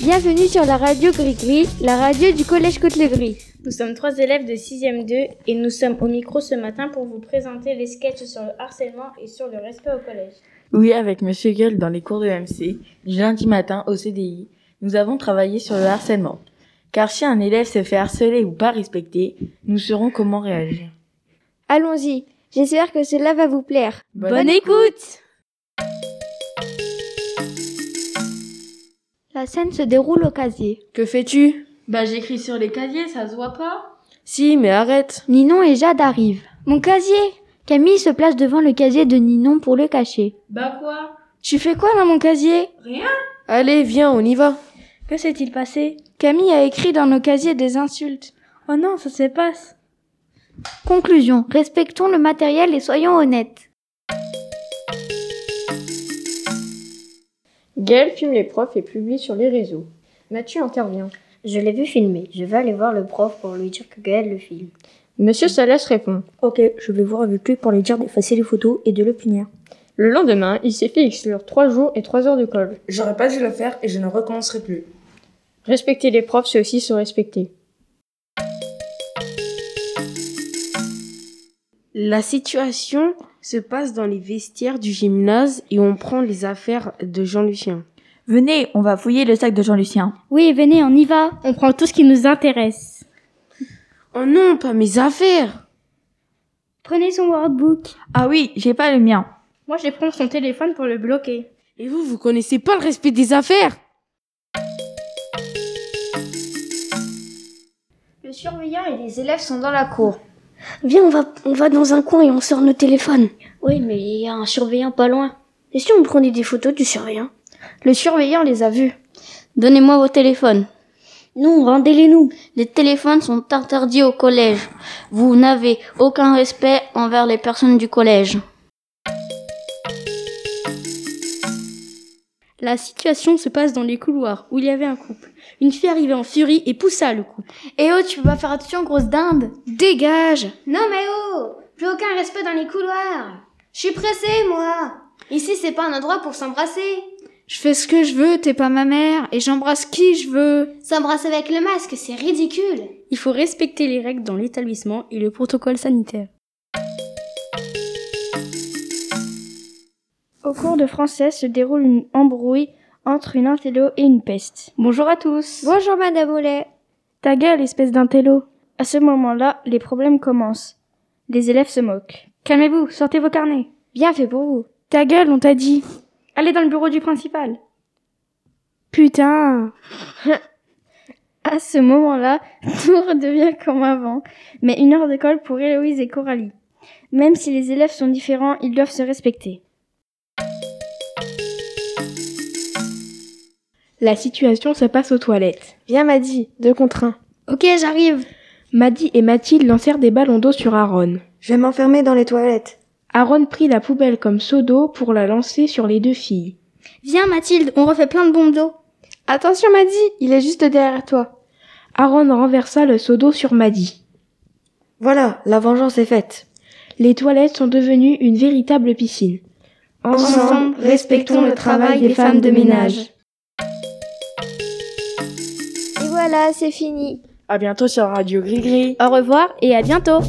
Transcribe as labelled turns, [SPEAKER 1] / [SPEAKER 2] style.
[SPEAKER 1] Bienvenue sur la radio Gris-Gris, la radio du Collège Côte-le-Gris.
[SPEAKER 2] Nous sommes trois élèves de 6e 2 et nous sommes au micro ce matin pour vous présenter les sketchs sur le harcèlement et sur le respect au collège.
[SPEAKER 3] Oui, avec Monsieur Gueule dans les cours de MC, du lundi matin au CDI, nous avons travaillé sur le harcèlement. Car si un élève se fait harceler ou pas respecter, nous saurons comment réagir.
[SPEAKER 1] Allons-y, j'espère que cela va vous plaire.
[SPEAKER 3] Bonne
[SPEAKER 1] écoute La scène se déroule au casier.
[SPEAKER 4] Que fais-tu
[SPEAKER 3] Bah j'écris sur les casiers, ça se voit pas
[SPEAKER 4] Si, mais arrête.
[SPEAKER 1] Ninon et Jade arrivent. Mon casier Camille se place devant le casier de Ninon pour le cacher.
[SPEAKER 3] Bah quoi
[SPEAKER 1] Tu fais quoi dans mon casier
[SPEAKER 3] Rien
[SPEAKER 4] Allez, viens, on y va.
[SPEAKER 5] Que s'est-il passé
[SPEAKER 1] Camille a écrit dans nos casiers des insultes.
[SPEAKER 5] Oh non, ça se passe.
[SPEAKER 1] Conclusion, respectons le matériel et soyons honnêtes.
[SPEAKER 6] Gaël filme les profs et publie sur les réseaux. Mathieu intervient.
[SPEAKER 7] Je l'ai vu filmer. Je vais aller voir le prof pour lui dire que Gaël le filme.
[SPEAKER 6] Monsieur Salas répond.
[SPEAKER 5] Ok, je vais voir avec lui pour lui dire d'effacer les photos et de le punir.
[SPEAKER 6] Le lendemain, il s'est fait exclure 3 jours et 3 heures de colle.
[SPEAKER 8] J'aurais pas dû le faire et je ne recommencerai plus.
[SPEAKER 6] Respecter les profs, c'est aussi se respecter.
[SPEAKER 4] La situation se passe dans les vestiaires du gymnase et on prend les affaires de Jean-Lucien.
[SPEAKER 9] Venez, on va fouiller le sac de Jean-Lucien.
[SPEAKER 1] Oui, venez, on y va.
[SPEAKER 2] On prend tout ce qui nous intéresse.
[SPEAKER 4] Oh non, pas mes affaires
[SPEAKER 1] Prenez son workbook.
[SPEAKER 9] Ah oui, j'ai pas le mien.
[SPEAKER 2] Moi, je vais prendre son téléphone pour le bloquer.
[SPEAKER 4] Et vous, vous connaissez pas le respect des affaires
[SPEAKER 10] Le surveillant et les élèves sont dans la cour.
[SPEAKER 11] Viens, on va, on va dans un coin et on sort nos téléphones.
[SPEAKER 10] Oui, mais il y a un surveillant pas loin.
[SPEAKER 11] Et si on prenait des photos du surveillant
[SPEAKER 10] Le surveillant les a vus. Donnez-moi vos téléphones.
[SPEAKER 11] Non, rendez-les-nous.
[SPEAKER 10] Les téléphones sont interdits au collège. Vous n'avez aucun respect envers les personnes du collège.
[SPEAKER 2] La situation se passe dans les couloirs où il y avait un couple. Une fille arrivait en furie et poussa le couple.
[SPEAKER 1] Eh oh, tu peux pas faire attention, grosse dinde Dégage
[SPEAKER 12] Non mais oh Plus aucun respect dans les couloirs Je suis pressée, moi Ici, c'est pas un endroit pour s'embrasser
[SPEAKER 1] Je fais ce que je veux, t'es pas ma mère, et j'embrasse qui je veux
[SPEAKER 12] S'embrasser avec le masque, c'est ridicule
[SPEAKER 2] Il faut respecter les règles dans l'établissement et le protocole sanitaire.
[SPEAKER 1] Au cours de français se déroule une embrouille entre une intello et une peste.
[SPEAKER 3] Bonjour à tous.
[SPEAKER 1] Bonjour Madame Ollet.
[SPEAKER 3] Ta gueule, espèce d'intello.
[SPEAKER 1] À ce moment-là, les problèmes commencent. Les élèves se moquent.
[SPEAKER 3] Calmez-vous, sortez vos carnets.
[SPEAKER 1] Bien fait pour vous.
[SPEAKER 3] Ta gueule, on t'a dit. Allez dans le bureau du principal. Putain.
[SPEAKER 1] à ce moment-là, tout redevient comme avant, mais une heure d'école pour Héloïse et Coralie. Même si les élèves sont différents, ils doivent se respecter.
[SPEAKER 3] La situation se passe aux toilettes.
[SPEAKER 6] Viens Maddy, deux contre un.
[SPEAKER 1] Ok, j'arrive.
[SPEAKER 3] Maddy et Mathilde lancèrent des ballons d'eau sur Aaron.
[SPEAKER 13] Je vais m'enfermer dans les toilettes.
[SPEAKER 3] Aaron prit la poubelle comme seau d'eau pour la lancer sur les deux filles.
[SPEAKER 1] Viens Mathilde, on refait plein de bombes d'eau.
[SPEAKER 6] Attention Maddy, il est juste derrière toi.
[SPEAKER 3] Aaron renversa le seau d'eau sur Maddy.
[SPEAKER 13] Voilà, la vengeance est faite.
[SPEAKER 3] Les toilettes sont devenues une véritable piscine.
[SPEAKER 14] Ensemble, Ensemble respectons le travail des femmes de ménage.
[SPEAKER 1] voilà, c'est fini.
[SPEAKER 3] À bientôt sur Radio Gris Gris.
[SPEAKER 1] Au revoir et à bientôt.